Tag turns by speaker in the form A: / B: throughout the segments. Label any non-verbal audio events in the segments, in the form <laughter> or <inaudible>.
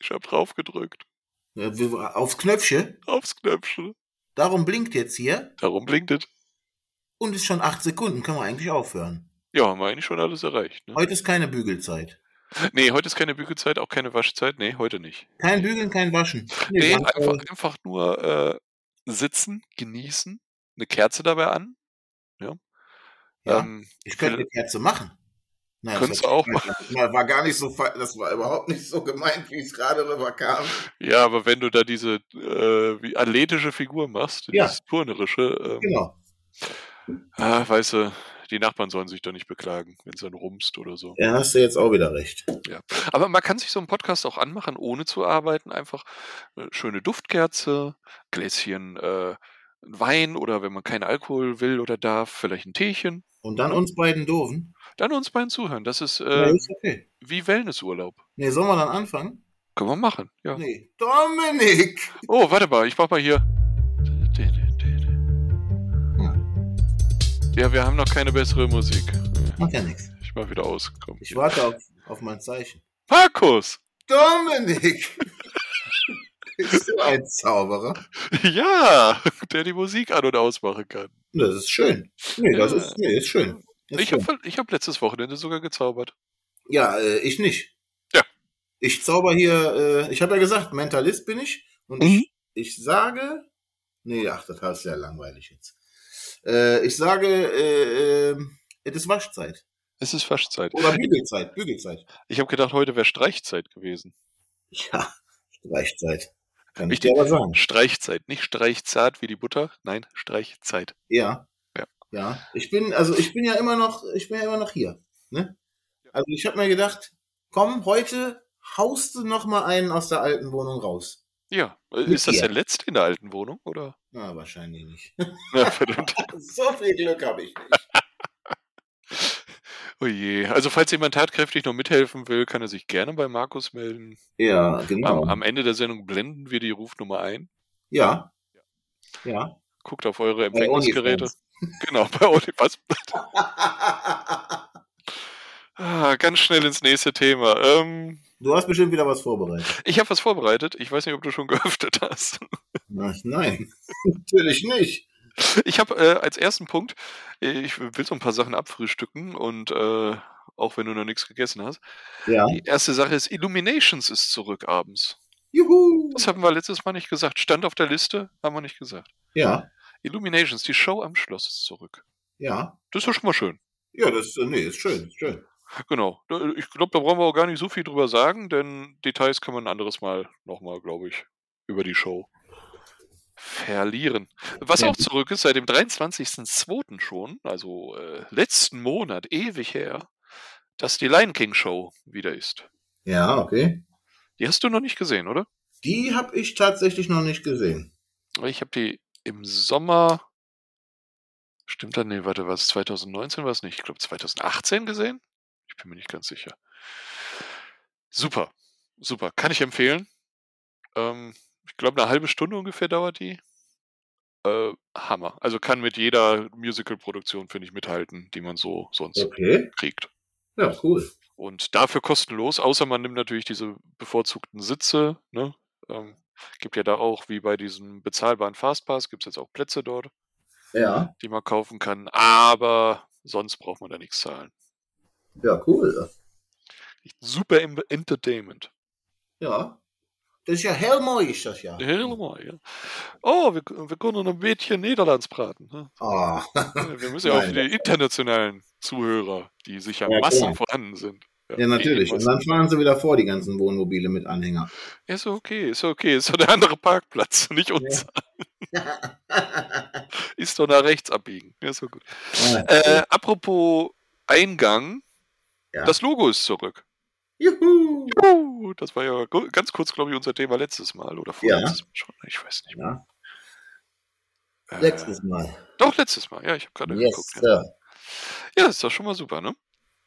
A: Ich hab drauf gedrückt.
B: Ja, Äh, wir- Aufs Knöpfchen.
A: Aufs Knöpfchen.
B: Darum blinkt jetzt hier.
A: Darum blinkt es.
B: Und ist schon acht Sekunden. Können wir eigentlich aufhören.
A: Ja, haben wir eigentlich schon alles erreicht. Ne?
B: Heute ist keine Bügelzeit.
A: Nee, heute ist keine Bügelzeit, auch keine Waschzeit. Nee, heute nicht.
B: Kein Bügeln, kein Waschen.
A: Nee,
B: ganz, äh,
A: einfach, einfach nur äh, sitzen, genießen, eine Kerze dabei an. Ja.
B: Ja.
A: Ähm,
B: Ich könnte eine Kerze machen. Nein,
A: Könntest
B: das
A: du
B: war-
A: auch
B: War, war gar nicht so, fe- das war überhaupt nicht so gemeint, wie es gerade rüberkam.
A: ja, aber wenn du da diese äh, wie athletische Figur machst,
B: Ja.
A: dieses turnerische, ähm,
B: Genau.
A: ah, weißt du, die Nachbarn sollen sich doch nicht beklagen, wenn es dann rumst oder so.
B: Ja, hast du jetzt auch wieder recht.
A: Aber man kann sich so einen Podcast auch anmachen, ohne zu arbeiten. Einfach eine schöne Duftkerze, Gläschen äh, Wein oder wenn man keinen Alkohol will oder darf, vielleicht ein Teechen.
B: Und dann uns beiden Doofen.
A: Dann uns beiden zuhören. Das ist
B: Ja,
A: äh,
B: ist okay.
A: wie Wellnessurlaub.
B: Nee, sollen wir dann anfangen?
A: Können wir machen, ja.
B: Nee. Dominik!
A: Oh, warte mal, ich mach mal hier. Ja, wir haben noch keine bessere Musik.
B: Macht ja nichts.
A: Ich mach wieder aus. Komm.
B: Ich warte auf, auf mein Zeichen.
A: Markus! <laughs>
B: Dominik! <laughs> Bist du ein Zauberer?
A: Ja, <laughs> der die Musik an- und ausmachen kann.
B: Das ist schön. Nee, das
A: Ja.
B: ist, nee, ist schön. Ist
A: Ich
B: schön.
A: habe ich hab letztes Wochenende sogar gezaubert.
B: Ja, äh, ich nicht.
A: Ja.
B: Ich zauber hier, äh, ich habe ja gesagt, Mentalist bin ich. Und
A: Mhm.
B: ich, ich sage, nee, ach, das ist ja langweilig jetzt. Äh, ich sage, äh, äh, es ist Waschzeit.
A: Es ist Waschzeit.
B: Oder Bügelzeit, Bügelzeit.
A: Ich habe gedacht, heute wäre Streichzeit gewesen.
B: Ja, Streichzeit. Kann ich
A: Ich-
B: dir aber sagen.
A: Streichzeit, nicht streichzart wie die Butter, nein, Streichzeit.
B: Ja.
A: Ja.
B: Ja. Ich bin, also ich bin ja immer noch, ich bin ja immer noch hier. Ne? Also ich habe mir gedacht, komm, heute haust du noch mal einen aus der alten Wohnung raus.
A: Ja, äh,
B: Mit
A: ist das
B: dir.
A: der letzte in der alten Wohnung, oder? <laughs>
B: Na, wahrscheinlich nicht. <laughs>
A: Na, verdammt.
B: So viel Glück habe ich nicht.
A: Oh je. Also falls jemand tatkräftig noch mithelfen will, kann er sich gerne bei Markus melden.
B: Ja,
A: Am,
B: genau.
A: am Ende der Sendung blenden wir die Rufnummer ein.
B: ja. Ja.
A: Guckt auf eure
B: Bei
A: Empfängnisgeräte. Genau, bei Audi. Was? <laughs> Ah, ganz schnell ins nächste Thema. Ähm,
B: Du hast bestimmt wieder was vorbereitet.
A: ich habe was vorbereitet. Ich weiß nicht, ob du schon <laughs> geöffnet hast.
B: Ach, nein, <laughs> natürlich nicht.
A: Ich habe äh, als ersten Punkt, äh, ich will so ein paar Sachen abfrühstücken und äh, auch wenn du noch nichts gegessen hast.
B: Ja.
A: Die erste Sache ist, Illuminations ist zurück abends.
B: Juhu.
A: Das haben wir letztes Mal nicht gesagt. Stand auf der Liste, haben wir nicht gesagt.
B: Ja,
A: Illuminations, die Show am Schloss ist zurück.
B: ja.
A: Das ist doch schon mal schön.
B: Ja, das äh, nee, ist schön, ist schön.
A: Genau. Da- Ich glaube, da brauchen wir auch gar nicht so viel drüber sagen, denn Details kann man ein anderes Mal nochmal, glaube ich, über die Show verlieren. Was
B: Ja.
A: auch zurück ist, seit dem 23.02. schon, also äh, letzten Monat, ewig her, dass die Lion King Show wieder ist.
B: Ja, okay.
A: Die hast du noch nicht gesehen, oder?
B: Die habe ich tatsächlich noch nicht gesehen.
A: Ich habe die im Sommer. Stimmt dann? Nee, warte, was? 2019 war es nicht. Ich glaube 2018 gesehen? Ich bin mir nicht ganz sicher. Super, super. Kann ich empfehlen. Ähm, ich glaube, eine halbe Stunde ungefähr dauert die. Äh, Hammer. Also kann mit jeder Musical-Produktion, finde ich, mithalten, die man so sonst
B: Okay.
A: kriegt.
B: Ja, cool.
A: Und dafür kostenlos, außer man nimmt natürlich diese bevorzugten Sitze. Ne? Ähm, gibt ja da auch, wie bei diesem bezahlbaren Fastpass, gibt es jetzt auch Plätze dort,
B: Ja,
A: die man kaufen kann. Aber sonst braucht man da nichts zahlen.
B: ja, cool.
A: Super Em- Entertainment.
B: Ja. Das ist ja hellmoy, ist das ja.
A: Helemaal, ja. Oh, wir, wir können noch ein bisschen Niederlands braten. Ne?
B: Ah,
A: Wir müssen ja auf
B: Nein,
A: die internationalen Zuhörer, die sicher
B: Ja,
A: Massen
B: klar.
A: vorhanden sind.
B: ja, natürlich. Und
A: Massen.
B: dann fahren sie wieder vor, die ganzen Wohnmobile mit Anhänger.
A: Ist okay, ist okay. Ist doch der andere Parkplatz, <laughs> nicht uns.
B: Ah,
A: Ist doch nach rechts abbiegen. Ja, ist doch gut. Äh, apropos Eingang,
B: Ja.
A: das Logo ist zurück.
B: Juhu.
A: Uh, das war ja gu- ganz kurz, glaube ich, unser Thema letztes Mal oder vorletztes Mal schon. Ich weiß nicht mehr.
B: Ja,
A: Äh,
B: letztes Mal.
A: Doch, letztes Mal. Ja, ich habe gerade
B: Yes,
A: geguckt. Ja.
B: Sir.
A: ja, ist doch schon mal super, ne?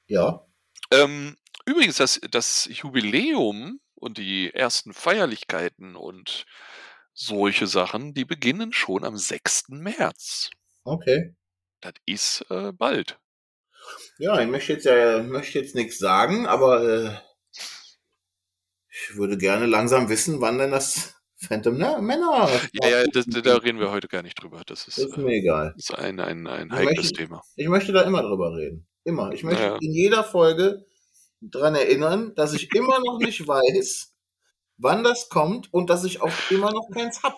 B: Ja.
A: Ähm, übrigens, das, das Jubiläum und die ersten Feierlichkeiten und solche Sachen, die beginnen schon am 6. März.
B: Okay.
A: Das ist äh, bald.
B: Ja, ich möchte jetzt, äh, möchte jetzt nichts sagen, aber äh, ich ich würde gerne langsam wissen, wann denn das Phantom Na- Männer.
A: Ja, ja, das, da reden wir heute gar nicht drüber. Das ist,
B: ist
A: äh,
B: mir egal.
A: ist ein, ein, ein
B: Wir
A: heikles
B: möchten-
A: Thema.
B: Ich möchte da immer drüber reden. Immer. Ich möchte
A: Ja.
B: in jeder Folge dran erinnern, dass ich immer noch
A: <laughs>
B: nicht weiß, wann das kommt und dass ich auch immer noch keins hab.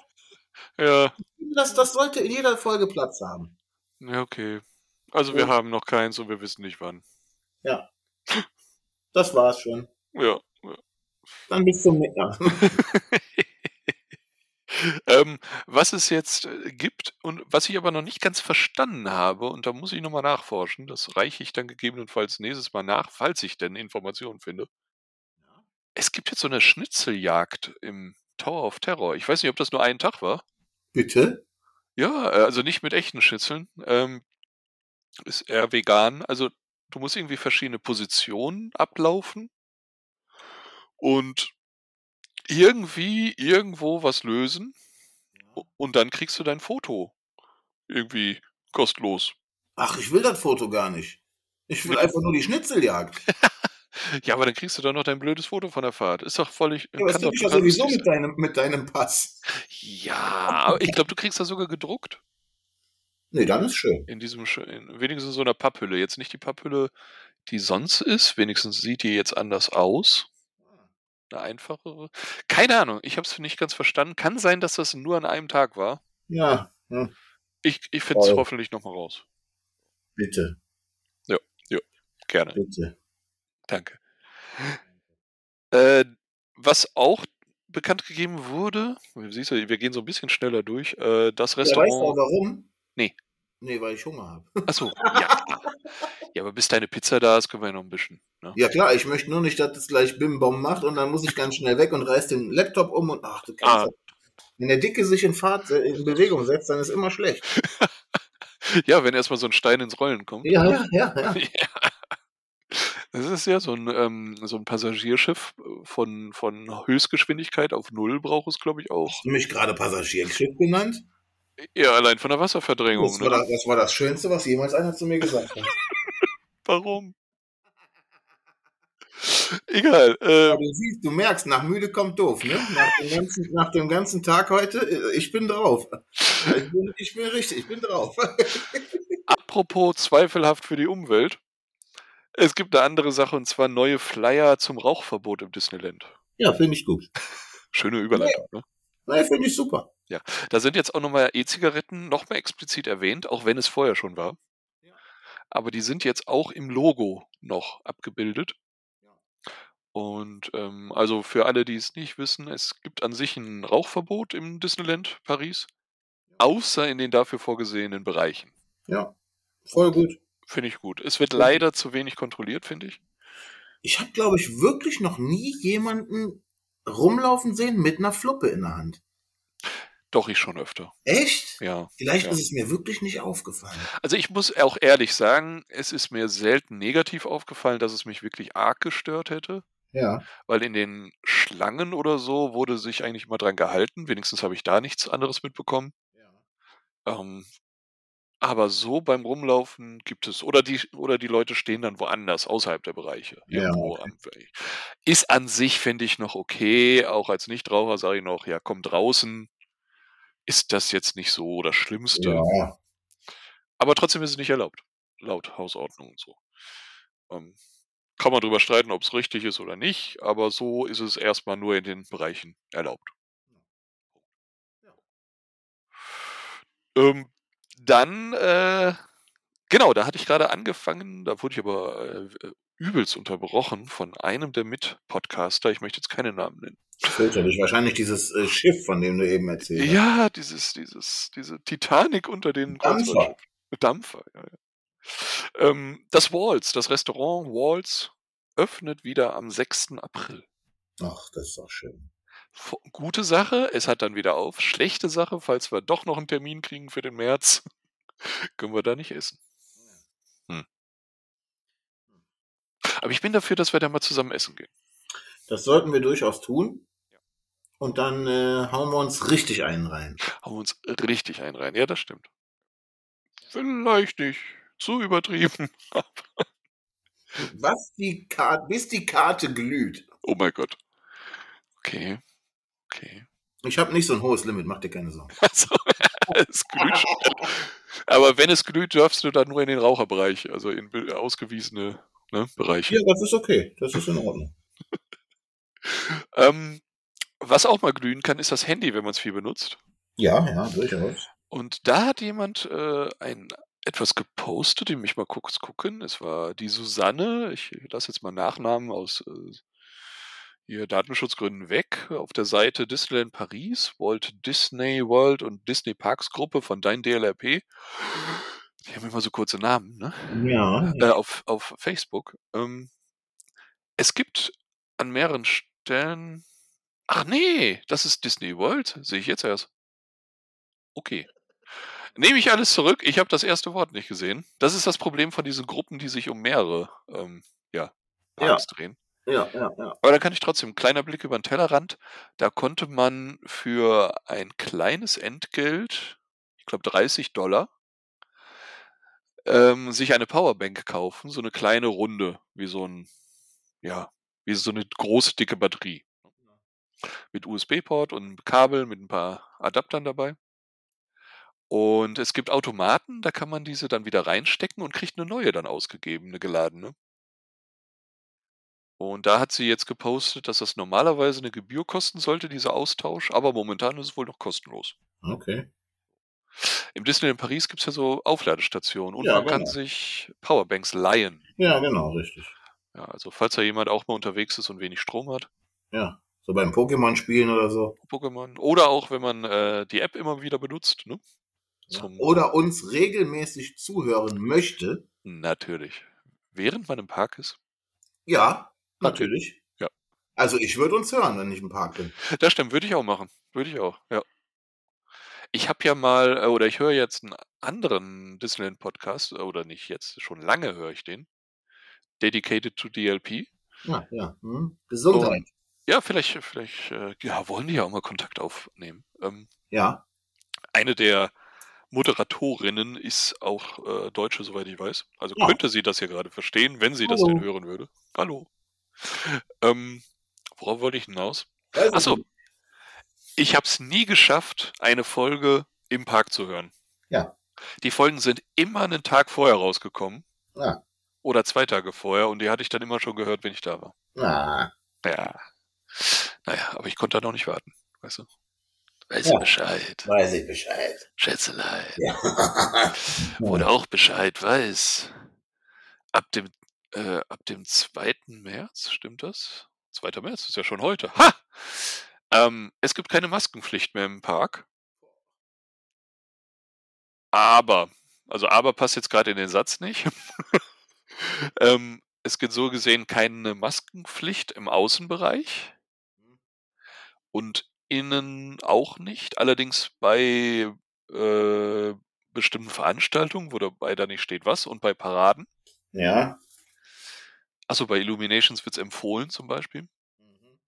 A: Ja,
B: Das, das sollte in jeder Folge Platz haben.
A: ja, okay. Also wir
B: Und-
A: haben noch keins und wir wissen nicht wann.
B: Das war's schon.
A: Ja.
B: Dann bis
A: <laughs>
B: zum Mittag.
A: Ähm, was es jetzt äh, gibt und was ich aber noch nicht ganz verstanden habe, und da muss ich nochmal nachforschen, das reiche ich dann gegebenenfalls nächstes Mal nach, falls ich denn Informationen finde. Es gibt jetzt so eine Schnitzeljagd im Tower of Terror. Ich weiß nicht, ob das nur ein Tag war.
B: Bitte?
A: Ja, äh, also nicht mit echten Schnitzeln. Ähm, ist eher vegan. Also du musst irgendwie verschiedene Positionen ablaufen und irgendwie irgendwo was lösen und dann kriegst du dein Foto irgendwie kostenlos.
B: Ach, ich will das Foto gar nicht. Ich will einfach nur die
A: <laughs>
B: Schnitzeljagd.
A: Ja, aber dann kriegst du doch noch dein blödes Foto von der Fahrt. Ist doch völlig.
B: Ja, das
A: kann doch
B: krieg ich ja
A: total
B: sowieso
A: lustig
B: mit deinem, mit deinem Pass.
A: sein. ja, aber
B: <laughs>
A: ich glaube, du kriegst das sogar gedruckt.
B: Nee, dann ist schön.
A: in diesem schö- in, wenigstens in so einer Papphülle. Jetzt nicht die Papphülle, die sonst ist. Wenigstens sieht die jetzt anders aus. Eine einfachere. Keine Ahnung. Ich habe es nicht ganz verstanden. Kann sein, dass das nur an einem Tag war.
B: Ja,
A: Ich, ich finde es
B: Toll.
A: hoffentlich nochmal raus.
B: bitte,
A: Gerne.
B: bitte.
A: Danke. Äh, was auch bekannt gegeben wurde, siehst du, wir gehen so ein bisschen schneller durch. Äh, das
B: Ja, weißt du auch
A: Restaurant.
B: warum?
A: Nee.
B: Nee, weil ich Hunger habe.
A: Achso, ja. Ja, aber bis deine Pizza da ist, können wir ja noch ein bisschen. Ne?
B: Ja klar, ich möchte nur nicht, dass das gleich Bim-Bom macht und dann muss ich ganz schnell weg und reiß den Laptop um und ach, du
A: Ah.
B: kannst doch- Wenn der Dicke sich in, Fahrt, äh, in Bewegung setzt, dann ist immer schlecht.
A: Ja, wenn erstmal so ein Stein ins Rollen kommt.
B: Ja, ja,
A: <laughs>
B: ja. ja.
A: Das ist ja so ein, ähm, so ein Passagierschiff äh, von, von Höchstgeschwindigkeit auf Null braucht es, glaube ich, auch.
B: Hast du mich gerade Passagierschiff genannt?
A: Ja, allein von der Wasserverdrängung.
B: Das war,
A: Ne?
B: das, das war das Schönste, was jemals einer zu mir gesagt hat.
A: Warum? Egal. Äh,
B: Aber du siehst, du merkst, nach müde kommt doof, ne? Nach dem ganzen, nach dem ganzen Tag heute, äh, ich bin drauf. Ich bin, ich bin richtig, ich bin drauf.
A: apropos zweifelhaft für die Umwelt. Es gibt eine andere Sache und zwar neue Flyer zum Rauchverbot im Disneyland.
B: Ja, finde ich gut.
A: Schöne Überleitung. Ne?
B: Nein, finde ich super.
A: Da sind jetzt auch nochmal E-Zigaretten nochmal explizit erwähnt, auch wenn es vorher schon war.
B: Ja.
A: Aber die sind jetzt auch im Logo noch abgebildet.
B: Ja.
A: Und ähm, also für alle, die es nicht wissen, es gibt an sich ein Rauchverbot im Disneyland Paris, außer in den dafür vorgesehenen Bereichen.
B: Ja, voll gut.
A: Finde ich gut. Es wird leider zu wenig kontrolliert, finde ich.
B: Ich habe, glaube ich, wirklich noch nie jemanden rumlaufen sehen mit einer Fluppe in der Hand.
A: Doch ich schon öfter.
B: Echt?
A: Ja.
B: Vielleicht
A: Ja.
B: ist es mir wirklich nicht aufgefallen.
A: Also ich muss auch ehrlich sagen, es ist mir selten negativ aufgefallen, dass es mich wirklich arg gestört hätte.
B: Ja.
A: weil in den Schlangen oder so wurde sich eigentlich immer dran gehalten. Wenigstens habe ich da nichts anderes mitbekommen. Ähm, aber so beim Rumlaufen gibt es, oder die, oder die Leute stehen dann woanders, außerhalb der Bereiche.
B: Ja,
A: Irgendwo am, ist an sich, finde ich, noch okay. Auch als Nichtraucher sage ich noch, ja, komm draußen. Ist das jetzt nicht so das Schlimmste?
B: ja.
A: Aber trotzdem ist es nicht erlaubt, laut Hausordnung und so. Ähm, kann man drüber streiten, ob es richtig ist oder nicht, aber so ist es erstmal nur in den Bereichen erlaubt. Ähm, dann, äh, genau, da hatte ich gerade angefangen, da wurde ich aber äh, übelst unterbrochen von einem der Mitpodcaster, ich möchte jetzt keine Namen nennen.
B: Fürchterlich. Wahrscheinlich dieses äh, Schiff, von dem du eben erzählt hast.
A: Ja, dieses, dieses, diese Titanic unter den
B: Dampfer.
A: Kreuzfahrtschiffen. Dampfer, ja, ja. Ähm, das Walls, das Restaurant Walls öffnet wieder am 6. April.
B: Ach, das ist doch schön.
A: F- Gute Sache, es hat dann wieder auf. Schlechte Sache, falls wir doch noch einen Termin kriegen für den März, <laughs> können wir da nicht essen. Hm. Aber ich bin dafür, dass wir da mal zusammen essen gehen.
B: Das sollten wir durchaus tun. Und dann äh, hauen wir uns richtig einen rein.
A: Hauen wir uns richtig einen rein. Ja, das stimmt. Vielleicht nicht. Zu übertrieben. <laughs>
B: Was die Karte, bis die Karte glüht.
A: Oh mein Gott. Okay. Okay.
B: Ich habe nicht so ein hohes Limit, mach dir keine Sorgen.
A: Also, <laughs> es glüht schon. Aber wenn es glüht, darfst du dann nur in den Raucherbereich, also in be- ausgewiesene ne, Bereiche.
B: Ja, das ist okay. Das ist in Ordnung.
A: Ähm, was auch mal glühen kann, ist das Handy, wenn man es viel benutzt.
B: Ja, ja, durchaus.
A: Und da hat jemand äh, ein, etwas gepostet, dem ich mal kurz gucken. Es war die Susanne, ich lasse jetzt mal Nachnamen aus äh, ihr Datenschutzgründen weg, auf der Seite Disneyland Paris, Walt Disney World und Disney Parks Gruppe von Dein DLRP. Die haben immer so kurze Namen, ne?
B: Ja.
A: äh, auf, auf Facebook. Ähm, es gibt an mehreren Stellen. Ach nee, das ist Disney World. Sehe ich jetzt erst. Okay. Nehme ich alles zurück. Ich habe das erste Wort nicht gesehen. Das ist das Problem von diesen Gruppen, die sich um mehrere ähm, ja, Parks drehen.
B: Ja, ja, ja.
A: Aber da kann ich trotzdem, kleiner Blick über den Tellerrand, da konnte man für ein kleines Entgelt, ich glaube 30 Dollar, ähm, sich eine Powerbank kaufen, so eine kleine Runde, wie so ein, ja, wie so eine große, dicke Batterie. Mit USB-Port und einem Kabel, mit ein paar Adaptern dabei. Und es gibt Automaten, da kann man diese dann wieder reinstecken und kriegt eine neue dann ausgegeben, eine geladene. Und da hat sie jetzt gepostet, dass das normalerweise eine Gebühr kosten sollte, dieser Austausch, aber momentan ist es wohl noch kostenlos.
B: Okay.
A: Im Disneyland Paris gibt es ja so Aufladestationen und
B: Ja,
A: man kann
B: genau.
A: sich Powerbanks leihen.
B: Ja, genau, richtig.
A: Ja, also falls da jemand auch mal unterwegs ist und wenig Strom hat,
B: Ja. So beim Pokémon-Spielen oder so.
A: Pokémon. Oder auch wenn man äh, die App immer wieder benutzt, ne? Zum-
B: Oder uns regelmäßig zuhören möchte.
A: Natürlich. Während man im Park ist.
B: Ja, natürlich.
A: Ja.
B: Also ich würde uns hören, wenn ich im Park bin.
A: Das stimmt, würde ich auch machen. Würde ich auch, ja. Ich habe ja mal, äh, oder ich höre jetzt einen anderen Disneyland-Podcast, äh, oder nicht jetzt, schon lange höre ich den. Dedicated to DLP.
B: Ja, ja. Hm. Gesundheit.
A: Ja, vielleicht, vielleicht, äh, ja, wollen die ja auch mal Kontakt aufnehmen. Ähm,
B: Ja.
A: eine der Moderatorinnen ist auch äh, Deutsche, soweit ich weiß. Also
B: Ja.
A: könnte sie das ja gerade verstehen, wenn sie das
B: Hallo.
A: denn hören würde. Hallo. Ähm, worauf wollte ich hinaus?
B: Weiß ich
A: Achso,
B: nicht.
A: ich habe es nie geschafft, eine Folge im Park zu hören.
B: Ja.
A: Die Folgen sind immer einen Tag vorher rausgekommen.
B: Ja.
A: Oder zwei Tage vorher und die hatte ich dann immer schon gehört, wenn ich da war.
B: Ah,
A: Ja. Naja, aber ich konnte da noch nicht warten. Weißt du? Weißt
B: Ja.
A: du Bescheid?
B: weiß ich Bescheid.
A: Schätzelein. <laughs>
B: Ja.
A: wo du auch Bescheid weiß. Ab dem, äh, ab dem 2. März, stimmt das? 2. März ist ja schon heute. Ha! Ähm, es gibt keine Maskenpflicht mehr im Park. Aber, also aber passt jetzt gerade in den Satz nicht. <laughs> ähm, es gibt so gesehen keine Maskenpflicht im Außenbereich und innen auch nicht. Allerdings bei äh, bestimmten Veranstaltungen, wo dabei da nicht steht was, und bei Paraden.
B: ja.
A: Achso, bei Illuminations wird es empfohlen zum Beispiel.
B: Mhm.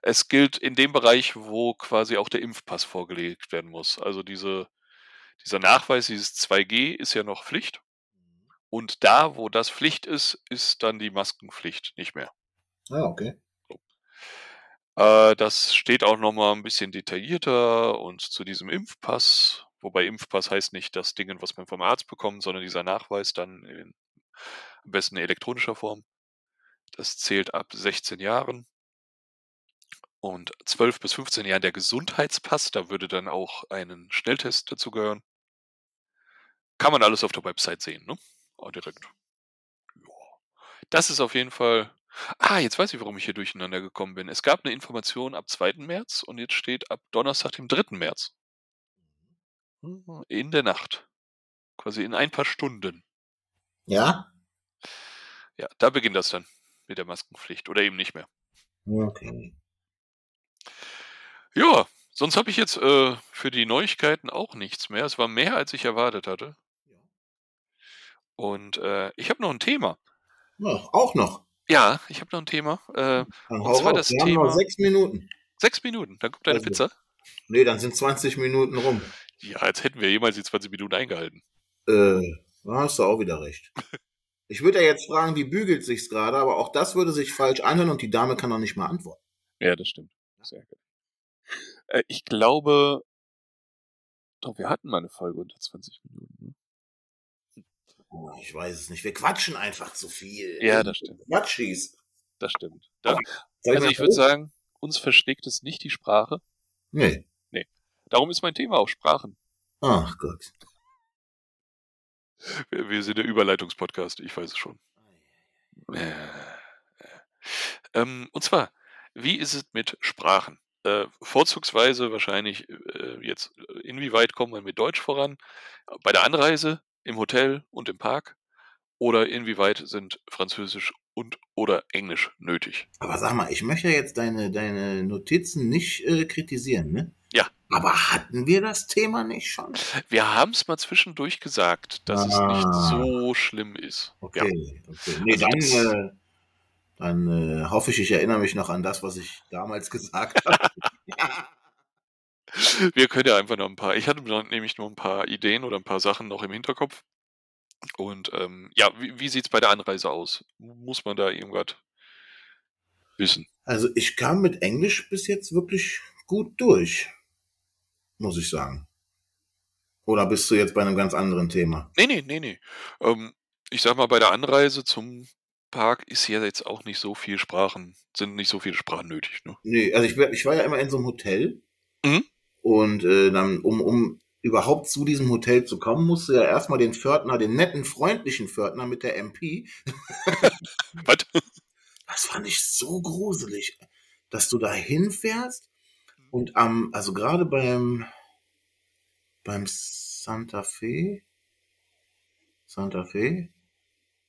A: Es gilt in dem Bereich, wo quasi auch der Impfpass vorgelegt werden muss. Also diese, dieser Nachweis, dieses 2G ist ja noch Pflicht. Und da, wo das Pflicht ist, ist dann die Maskenpflicht nicht mehr.
B: Ah, okay.
A: Äh, das steht auch nochmal ein bisschen detaillierter und zu diesem Impfpass. Wobei Impfpass heißt nicht das Ding, was man vom Arzt bekommt, sondern dieser Nachweis dann in, am besten in elektronischer Form. Das zählt ab 16 Jahren. Und 12 bis 15 Jahren der Gesundheitspass, da würde dann auch einen Schnelltest dazu gehören. Kann man alles auf der Website sehen, ne? Auch direkt. Ja. Das ist auf jeden Fall Ah, jetzt weiß ich, warum ich hier durcheinander gekommen bin. Es gab eine Information ab 2. März und jetzt steht ab Donnerstag, dem 3. März. In der Nacht. Quasi in ein paar Stunden.
B: Ja?
A: Ja, da beginnt das dann mit der Maskenpflicht oder eben nicht mehr.
B: Okay.
A: Ja, sonst habe ich jetzt äh, für die Neuigkeiten auch nichts mehr. Es war mehr, als ich erwartet hatte.
B: Ja.
A: Und äh, ich habe noch ein Thema.
B: Ja, auch noch.
A: Ja, ich habe noch ein Thema. Äh,
B: Dann
A: Und
B: hau
A: zwar
B: raus.
A: das
B: Wir haben noch
A: Thema-
B: sechs Minuten.
A: sechs Minuten, dann kommt eine
B: Also.
A: Pizza.
B: Nee, dann sind 20 Minuten rum.
A: Ja, als hätten wir jemals die 20 Minuten eingehalten.
B: Äh, da hast du auch wieder recht. Ich würde ja jetzt fragen, wie bügelt sich's gerade, aber auch das würde sich falsch anhören und die Dame kann doch nicht mal antworten.
A: Ja, das stimmt.
C: sehr ärgerlich. Äh, ich glaube, doch, wir hatten mal eine Folge unter 20 Minuten. Ne?
B: Oh, ich weiß es nicht. Wir quatschen einfach zu viel.
C: Ja, das stimmt.
B: Quatschis.
C: Das stimmt. Da,
B: Soll
C: also
B: mal
C: ich würde sagen, uns versteckt es nicht die Sprache.
B: Nee.
C: Darum ist mein Thema auch Sprachen.
B: Ach Gott.
A: Wir, wir sind der Überleitungspodcast, ich weiß es schon. Äh, äh. Ähm, und zwar, wie ist es mit Sprachen? Äh, vorzugsweise wahrscheinlich äh, jetzt, äh, inwieweit kommt man mit Deutsch voran? Bei der Anreise, im Hotel und im Park? Oder inwieweit sind Französisch und oder Englisch nötig?
B: Aber sag mal, ich möchte jetzt deine, deine Notizen nicht äh, kritisieren, ne?
A: Ja.
B: Aber hatten wir das Thema nicht schon?
A: Wir haben es mal zwischendurch gesagt, dass es nicht
B: Ah.
A: so schlimm ist. Ja.
B: Okay, okay. Nee,
A: Also
B: dann,
A: das-
B: äh, dann äh, hoffe ich, ich erinnere mich noch an das, was ich damals <laughs> gesagt habe.
A: Wir können ja einfach noch ein paar, ich hatte noch, nämlich noch ein paar Ideen oder ein paar Sachen noch im Hinterkopf. Und ähm, ja, wie, wie sieht es bei der Anreise aus? Muss man da irgendwas wissen?
B: Also ich kam mit Englisch bis jetzt wirklich gut durch, muss ich sagen. Oder bist du jetzt bei einem ganz anderen Thema?
A: Nee, nee, nee, nee. Ähm, ich sag mal, bei der Anreise zum Park ist ja jetzt auch nicht so viel Sprachen, sind nicht so viele Sprachen nötig. Ne?
B: Nee, also ich, wär- ich war ja immer in so einem Hotel.
A: Mhm.
B: Und äh, dann, um, um überhaupt zu diesem Hotel zu kommen, musst du ja erstmal den Pförtner, den netten, freundlichen Pförtner mit der MP.
A: Was?
B: Das fand ich so gruselig, dass du da hinfährst und am, also gerade beim, beim Santa Fe. Santa Fe?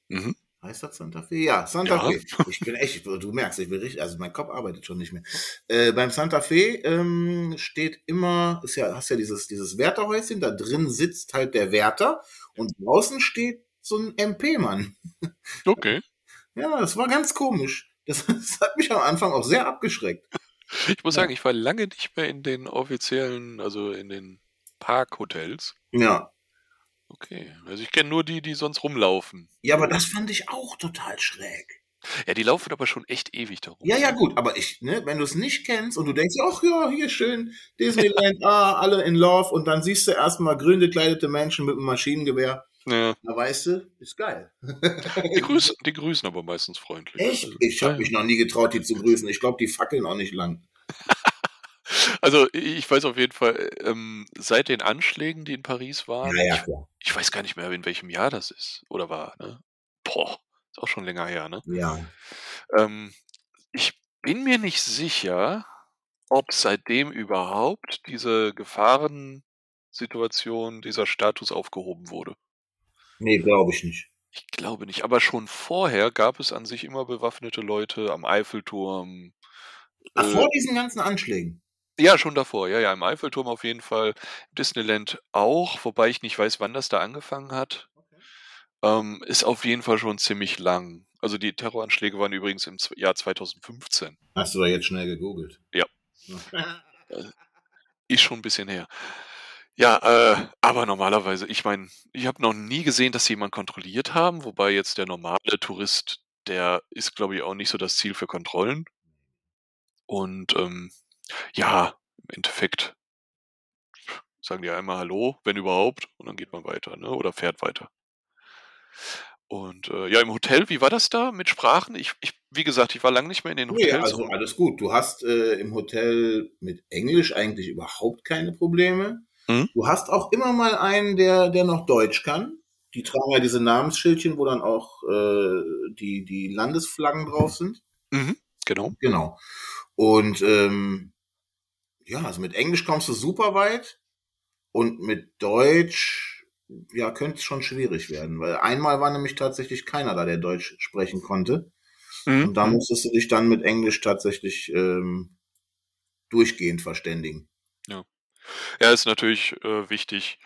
A: Mhm.
B: Heißt das Santa Fe? Ja, Santa
A: Ja.
B: Fe. Ich bin echt, du merkst, ich bin richtig, also mein Kopf arbeitet schon nicht mehr. Äh, beim Santa Fe ähm, steht immer, ist ja, hast ja dieses, dieses Wärterhäuschen, da drin sitzt halt der Wärter und draußen steht so ein MP-Mann.
A: Okay.
B: Ja, das war ganz komisch. Das, <laughs> das hat mich am Anfang auch sehr abgeschreckt.
A: Ich muss sagen, ich war lange nicht mehr in den offiziellen, also in den Parkhotels.
B: Ja.
A: Okay. Also ich kenne nur die, die sonst rumlaufen.
B: Ja, aber das fand ich auch total schräg.
A: Ja, die laufen aber schon echt ewig darum.
B: Ja, ja, gut, aber ich, ne, wenn du es nicht kennst und du denkst, ach ja, hier schön,
A: <laughs>
B: Disneyland, ah, alle in Love und dann siehst du erstmal grün gekleidete Menschen mit einem Maschinengewehr,
A: Ja.
B: da weißt du, ist geil.
A: Die, grüßen, die grüßen aber meistens freundlich.
B: Echt?
A: Also,
B: Äh, Ich
A: ja,
B: habe
A: ja.
B: mich noch nie getraut, die zu grüßen. Ich glaube, die fackeln auch nicht lang.
A: Also ich weiß auf jeden Fall, ähm, seit den Anschlägen, die in Paris waren,
B: Naja, klar.
A: ich, ich weiß gar nicht mehr, in welchem Jahr das ist oder war. Ne? Boah, ist auch schon länger her. Ne?
B: Ja.
A: Ähm, ich bin mir nicht sicher, ob seitdem überhaupt diese Gefahrensituation, dieser Status aufgehoben wurde.
B: Nee, glaube ich nicht.
A: Ich glaube nicht, aber schon vorher gab es an sich immer bewaffnete Leute am Eiffelturm.
B: Ach,
A: äh,
B: vor diesen ganzen Anschlägen.
A: Ja, schon davor. Ja, ja, im Eiffelturm auf jeden Fall. Im Disneyland auch, wobei ich nicht weiß, wann das da angefangen hat. Ähm, ist auf jeden Fall schon ziemlich lang. Also die Terroranschläge waren übrigens im Z- Jahr 2015.
B: Hast du da jetzt schnell gegoogelt?
A: Ja. Ist schon ein bisschen her. Ja, äh, aber normalerweise, ich meine, ich habe noch nie gesehen, dass sie jemanden kontrolliert haben, wobei jetzt der normale Tourist, der ist, glaube ich, auch nicht so das Ziel für Kontrollen. Und ähm, ja, im Endeffekt sagen die einmal Hallo, wenn überhaupt, und dann geht man weiter, ne? Oder fährt weiter. Und äh, ja, im Hotel, wie war das da mit Sprachen? Ich, ich, wie gesagt, ich war lange nicht mehr in den
B: Nee,
A: Hotels.
B: also
A: rum.
B: alles gut. Du hast äh, im Hotel mit Englisch eigentlich überhaupt keine Probleme.
A: Mhm.
B: Du hast auch immer mal einen, der, der noch Deutsch kann. Die tragen ja diese Namensschildchen, wo dann auch äh, die, die Landesflaggen drauf sind.
A: mhm, genau.
B: Genau. Und ähm, ja, also mit Englisch kommst du super weit und mit Deutsch ja könnte es schon schwierig werden, weil einmal war nämlich tatsächlich keiner da, der Deutsch sprechen konnte.
A: Mhm.
B: Und da musstest du dich dann mit Englisch tatsächlich ähm, durchgehend verständigen.
A: Ja, ist natürlich äh, wichtig.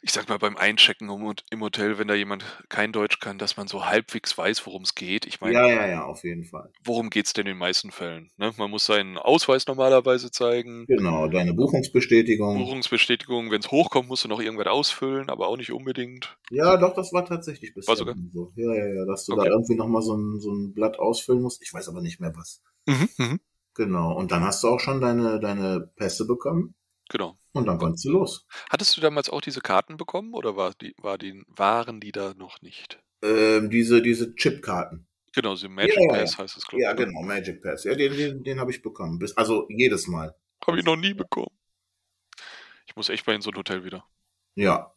A: Ich sag mal, beim Einchecken im, Hot- im Hotel, wenn da jemand kein Deutsch kann, dass man so halbwegs weiß, worum es geht. Ich meine,
B: Ja, ja, ja, auf jeden Fall.
A: worum geht es denn in den meisten Fällen? Ne? Man muss seinen Ausweis normalerweise zeigen.
B: Genau, deine
A: Mhm.
B: Buchungsbestätigung.
A: Buchungsbestätigung, wenn es hochkommt, musst du noch irgendwas ausfüllen, aber auch nicht unbedingt.
B: Ja, doch, das war tatsächlich
A: War
B: bisher
A: sogar?
B: so. Ja, ja, ja, dass du
A: Okay.
B: da irgendwie nochmal so ein, so ein Blatt ausfüllen musst. Ich weiß aber nicht mehr was.
A: Mhm, mhm.
B: Genau. Und dann hast du auch schon deine, deine Pässe bekommen
A: Genau.
B: und dann konntest du los.
A: Hattest du damals auch diese Karten bekommen oder war die, war die, waren die da noch nicht?
B: Ähm, diese, diese Chipkarten.
A: Genau, so Magic
B: Ja, ja, ja.
A: Pass heißt es, glaube ich.
B: Ja, genau, Magic Pass. Ja, den, den, den habe ich bekommen. Bis, also jedes Mal.
A: Habe ich noch nie bekommen. Ich muss echt mal in so ein Hotel wieder.
B: Ja.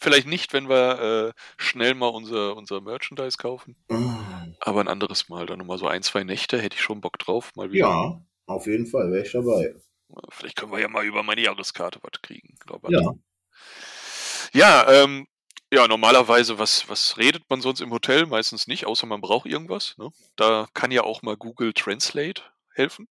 A: Vielleicht nicht, wenn wir äh, schnell mal unser, unser Merchandise kaufen,
B: Ah,
A: aber ein anderes Mal. Dann nochmal so ein, zwei Nächte hätte ich schon Bock drauf. Mal wieder.
B: Ja, auf jeden Fall wäre ich dabei.
A: Vielleicht können wir ja mal über meine Jahreskarte was kriegen, glaube
B: Ja.
A: ich. Ja, ähm, ja, normalerweise, was, was redet man sonst im Hotel? Meistens nicht, außer man braucht irgendwas. Ne? Da kann ja auch mal Google Translate helfen.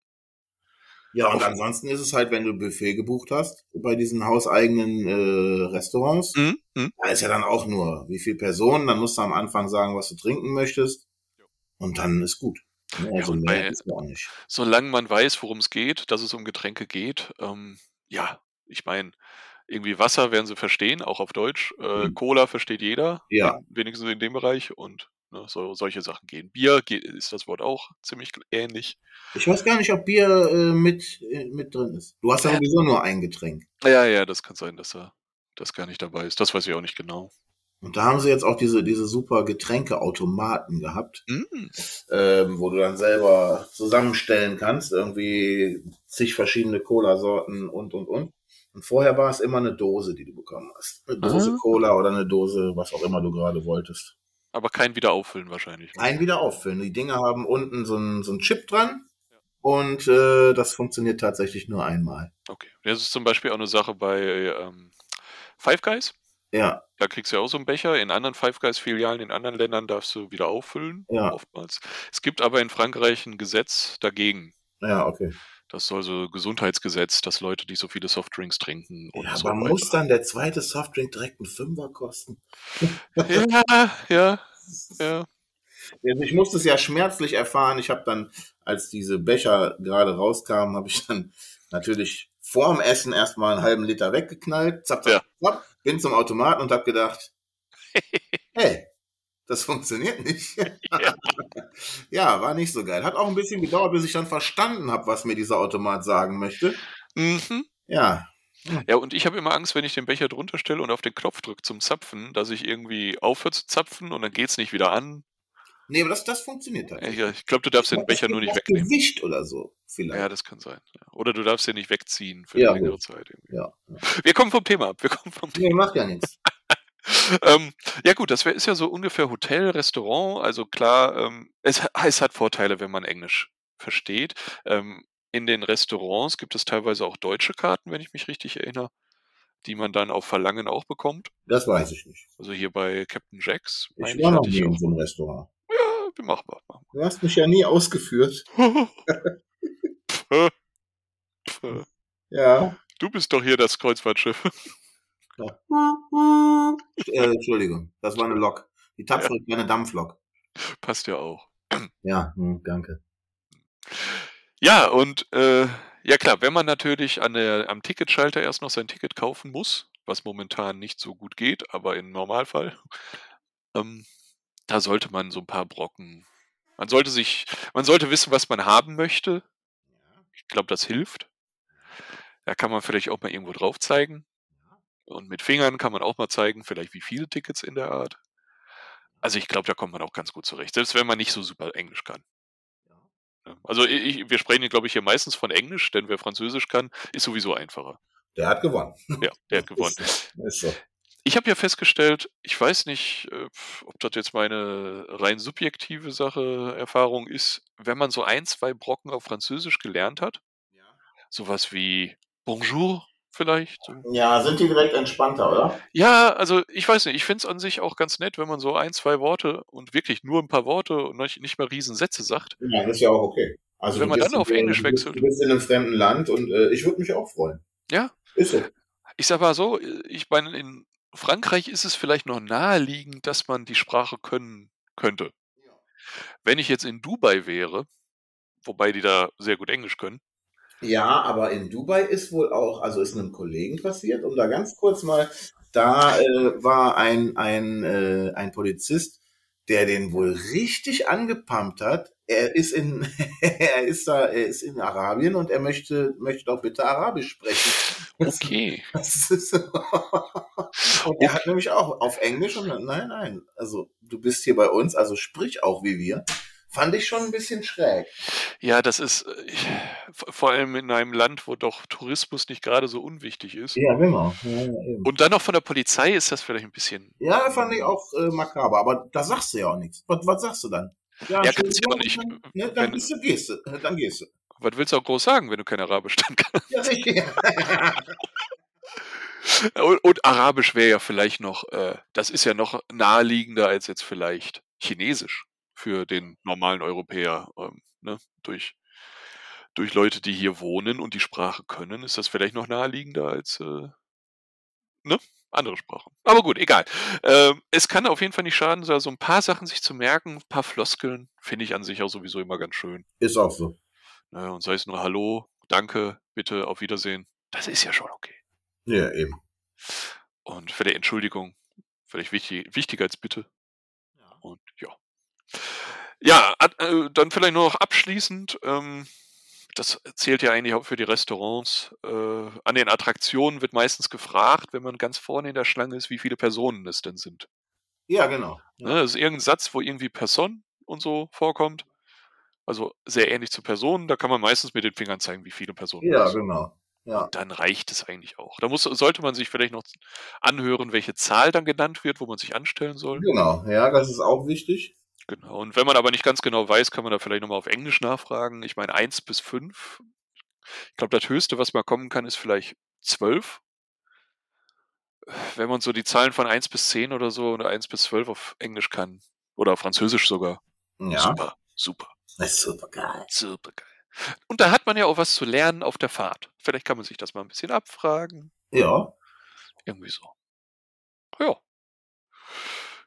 B: Ja, und ansonsten ist es halt, wenn du Buffet gebucht hast, bei diesen hauseigenen äh, Restaurants,
A: Mhm. Mhm.
B: da ist ja dann auch nur, wie viel Personen, dann musst du am Anfang sagen, was du trinken möchtest. Und dann ist gut. Ne, Also
A: und bei-
B: mehr ist ja auch nicht.
A: solange man weiß, worum es geht, dass es um Getränke geht, ähm, ja, ich meine, irgendwie Wasser werden sie verstehen, auch auf Deutsch. Äh,
B: Mhm.
A: Cola versteht jeder,
B: Ja.
A: Ähm, wenigstens in dem Bereich und ne, so, solche Sachen gehen. Bier ge ist das Wort auch ziemlich gl- ähnlich.
B: Ich weiß gar nicht, ob Bier äh, mit, äh, mit drin ist. Du hast ja sowieso nur ein Getränk.
A: Ja, ja, das kann sein, dass er das gar nicht dabei ist. Das weiß ich auch nicht genau.
B: Und da haben sie jetzt auch diese, diese super Getränkeautomaten gehabt,
A: Mm,
B: ähm, wo du dann selber zusammenstellen kannst, irgendwie zig verschiedene Cola-Sorten und, und, und. Und vorher war es immer eine Dose, die du bekommen hast. Eine Dose
A: Ah.
B: Cola oder eine Dose, was auch immer du gerade wolltest.
A: aber kein Wiederauffüllen wahrscheinlich. ne?
B: Ein wieder auffüllen. Die Dinger haben unten so einen so einen Chip dran. Und äh, das funktioniert tatsächlich nur einmal.
A: Okay. Das ist zum Beispiel auch eine Sache bei ähm, Five Guys.
B: Ja,
A: Da kriegst du ja auch so einen Becher. In anderen Five Guys-Filialen, in anderen Ländern darfst du wieder auffüllen,
B: Ja.
A: oftmals. Es gibt aber in Frankreich ein Gesetz dagegen.
B: ja, okay.
A: Das soll so Gesundheitsgesetz, dass Leute, die so viele Softdrinks trinken und
B: Ja,
A: so
B: aber
A: weiter.
B: muss dann der zweite Softdrink direkt einen Fünfer kosten?
A: Ja, ja, ja.
B: Also Ich musste es ja schmerzlich erfahren. Ich habe dann, als diese Becher gerade rauskamen, habe ich dann natürlich vor dem Essen erstmal einen halben Liter weggeknallt, zapp, zapp, zapp, bin zum Automaten und habe
A: <laughs>
B: gedacht, hey, das funktioniert
A: <laughs>
B: nicht.
A: Ja.
B: ja, war nicht so geil. Hat auch ein bisschen gedauert, bis ich dann verstanden habe, was mir dieser Automat sagen möchte.
A: Mhm.
B: Ja,
A: Ja, und ich habe immer Angst, wenn ich den Becher drunter stelle und auf den Knopf drücke zum Zapfen, dass ich irgendwie aufhöre zu zapfen und dann geht's nicht wieder an.
B: nee, aber das, das funktioniert
A: Ja,
B: tatsächlich.
A: Ich glaube, du darfst den Becher nur nicht
B: Das
A: wegnehmen.
B: Gewicht oder so,
A: Ja,
B: vielleicht.
A: das kann sein. Ja. Oder du darfst den nicht wegziehen für
B: Ja,
A: eine längere
B: gut.
A: Zeit. Irgendwie.
B: Ja.
A: Wir kommen vom Thema ab. Wir kommen vom
B: Nee, macht ja nichts.
A: ähm, ja gut, das wär, ist ja so ungefähr Hotel, Restaurant. Also klar, ähm, es, ha- es hat Vorteile, wenn man Englisch versteht. Ähm, in den Restaurants gibt es teilweise auch deutsche Karten, wenn ich mich richtig erinnere, die man dann auf Verlangen auch bekommt.
B: Das weiß ich nicht.
A: Also hier bei Captain Jacks.
B: Ich
A: meine äh,
B: war noch
A: hatte
B: nie in
A: auch-
B: so einem Restaurant.
A: Ja, wir machen wir. machen
B: Du hast mich ja nie ausgeführt.
A: wir. Pfö, pfö.
B: Ja.
A: du bist doch hier das Kreuzfahrtschiff. <laughs>
B: Äh, Entschuldigung, das war eine Lok. Die tapfere kleine Dampflok.
A: Passt ja auch.
B: Ja, hm, danke.
A: Ja, und äh, ja klar, wenn man natürlich an der, am Ticketschalter erst noch sein Ticket kaufen muss, was momentan nicht so gut geht, aber im Normalfall, ähm, da sollte man so ein paar Brocken. Man sollte sich, man sollte wissen, was man haben möchte. Ich glaube, das hilft. Da kann man vielleicht auch mal irgendwo drauf zeigen. Und mit Fingern kann man auch mal zeigen, vielleicht wie viele Tickets in der Art. Also ich glaube, da kommt man auch ganz gut zurecht, selbst wenn man nicht so super Englisch kann. Ja. Also ich, ich- wir sprechen, glaube ich, hier meistens von Englisch, denn wer Französisch kann, ist sowieso einfacher.
B: Der hat gewonnen.
A: Ja, der hat gewonnen.
B: Ist, ist so.
A: Ich habe ja festgestellt, ich weiß nicht, äh, pf, ob das jetzt meine rein subjektive Sache, Erfahrung ist, wenn man so ein, zwei Brocken auf Französisch gelernt hat, sowas wie Bonjour vielleicht. so
B: Ja, sind die direkt entspannter, oder?
A: Ja, also ich weiß nicht, ich find's an sich auch ganz nett, wenn man so ein, zwei Worte und wirklich nur ein paar Worte und nicht, nicht mal Riesensätze sagt.
B: Ja, das ist ja auch okay. Also
A: Wenn
B: du
A: man
B: bist
A: dann auf
B: in-
A: Englisch
B: du bist-
A: wechselt.
B: Du bist in einem fremden Land und äh, ich würde mich auch freuen.
A: Ja.
B: Ist so.
A: Ich sag mal so, äh, ich meine, in Frankreich ist es vielleicht noch naheliegend, dass man die Sprache können könnte. Wenn ich jetzt in Dubai wäre, wobei die da sehr gut Englisch können,
B: Ja, aber in Dubai ist wohl auch, also ist einem Kollegen passiert, um da ganz kurz mal, da äh, war ein, ein, äh, ein Polizist, der den wohl richtig angepumpt hat, er ist in, <laughs> er ist da, er ist in Arabien und er möchte, möchte auch bitte Arabisch sprechen. Das-
A: Okay.
B: <laughs> Das ist und er hat nämlich auch auf Englisch und dann, nein, nein, also du bist hier bei uns, also sprich auch wie wir. Fand ich schon ein bisschen schräg.
A: Ja, das ist äh, ich, v- vor allem in einem Land, wo doch Tourismus nicht gerade so unwichtig ist.
B: Ja, genau. Ja, ja, eben.
A: Und dann noch von der Polizei ist das vielleicht ein bisschen.
B: ja fand ich auch äh, makaber, aber da sagst du ja auch nichts. Was, was sagst du dann?
A: Ja,
B: schön,
A: kannst du ja auch nicht. äh,
B: Dann, ne, dann
A: Wenn-
B: bist du, gehst du, dann gehst du.
A: Was willst du auch groß sagen, wenn du kein Arabisch <laughs> dann kannst?
B: Ja, sicher.
A: Und, und Arabisch wäre ja vielleicht noch, äh, das ist ja noch naheliegender als jetzt vielleicht Chinesisch für den normalen Europäer. Ähm, ne? durch, durch Leute, die hier wohnen und die Sprache können, ist das vielleicht noch naheliegender als äh, ne? andere Sprachen. Aber gut, egal. Ähm, es kann auf jeden Fall nicht schaden, so so ein paar Sachen sich zu merken, ein paar Floskeln finde ich an sich auch sowieso immer ganz schön.
B: Ist auch so.
A: Ne? Und sei es nur Hallo, danke, bitte, auf Wiedersehen. Das ist ja schon okay.
B: Ja, eben.
A: Und vielleicht Entschuldigung, vielleicht wichtig, wichtiger als bitte. Und ja. Ja, ad- äh, dann vielleicht nur noch abschließend, ähm, das zählt ja eigentlich auch für die Restaurants. Äh, an den Attraktionen wird meistens gefragt, wenn man ganz vorne in der Schlange ist, wie viele Personen es denn sind.
B: Ja, genau.
A: Ne? Das ist irgendein Satz, wo irgendwie Person und so vorkommt. Also sehr ähnlich zu Personen. Da kann man meistens mit den Fingern zeigen, wie viele Personen
B: Ja,
A: es sind.
B: genau. Ja.
A: Dann reicht es eigentlich auch. Da muss, sollte man sich vielleicht noch anhören, welche Zahl dann genannt wird, wo man sich anstellen soll.
B: Genau. Ja, das ist auch wichtig.
A: Genau. Und wenn man aber nicht ganz genau weiß, kann man da vielleicht nochmal auf Englisch nachfragen. Ich meine, 1 bis 5. Ich glaube, das Höchste, was mal kommen kann, ist vielleicht 12. Wenn man so die Zahlen von 1 bis 10 oder so oder 1 bis 12 auf Englisch kann. Oder auf Französisch sogar.
B: Ja.
A: Super, super,
B: Das ist super geil.
A: super geil. Und da hat man ja auch was zu lernen auf der Fahrt. Vielleicht kann man sich das mal ein bisschen abfragen.
B: Ja.
A: Irgendwie so. Ja.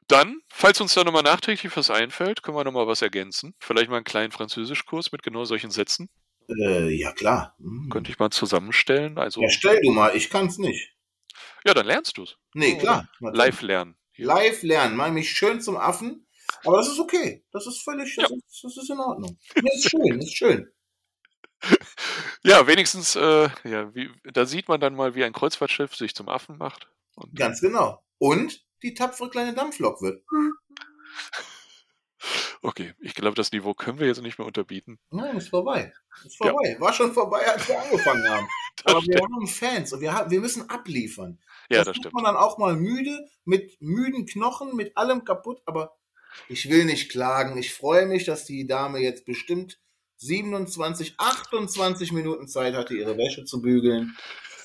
A: Dann, falls uns da nochmal nachträglich was einfällt, können wir nochmal was ergänzen. Vielleicht mal einen kleinen Französischkurs mit genau solchen Sätzen.
B: Äh, ja, klar. Mhm.
A: Könnte ich mal zusammenstellen. Also,
B: Ja, stell du mal, ich kann's nicht.
A: ja, dann lernst du es.
B: Nee, klar. natürlich.
A: Live lernen. Hier.
B: Live lernen, mach mich schön zum Affen. Aber das ist okay. Das ist völlig, das,
A: Ja.
B: ist, das ist in Ordnung. Nee, ist schön, ist schön.
A: Ja, wenigstens, äh, ja, wie, da sieht man dann mal, wie ein Kreuzfahrtschiff sich zum Affen macht. Und,
B: Ganz genau. Und die tapfere kleine Dampflok wird.
A: Okay, ich glaube, das Niveau können wir jetzt nicht mehr unterbieten. <laughs>
B: Nein, ist vorbei. Ist vorbei. War schon vorbei, als wir angefangen
A: <laughs>
B: haben. Aber wir haben Fans und wir, haben, wir müssen abliefern.
A: Ja,
B: Das
A: das
B: macht
A: stimmt.
B: man dann auch mal müde, mit müden Knochen, mit allem kaputt, aber ich will nicht klagen. Ich freue mich, dass die Dame jetzt bestimmt 27, 28 Minuten Zeit hatte, ihre Wäsche zu bügeln.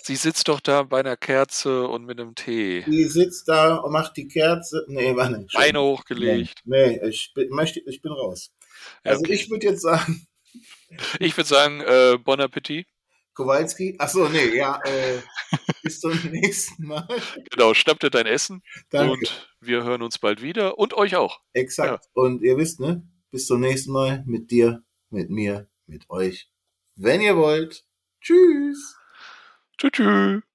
A: Sie sitzt doch da bei einer Kerze und mit einem Tee.
B: Die sitzt da und macht die Kerze. Nee, warte. Entschuldigung.
A: Beine hochgelegt.
B: Nee, nee, ich bin, möchte, ich bin raus.
A: Ja,
B: Also
A: okay.
B: ich würde jetzt sagen,
A: Ich würde sagen, äh, Bon Appetit.
B: Kowalski, ach so, nee, ja, äh, <laughs> bis zum nächsten Mal.
A: Genau, schnapp dir dein Essen
B: Danke.
A: und wir hören uns bald wieder und euch auch.
B: Exakt. Und ihr wisst, ne? Bis zum nächsten Mal mit dir, mit mir, mit euch. Wenn ihr wollt. Tschüss.
A: Tschüss. tschüss.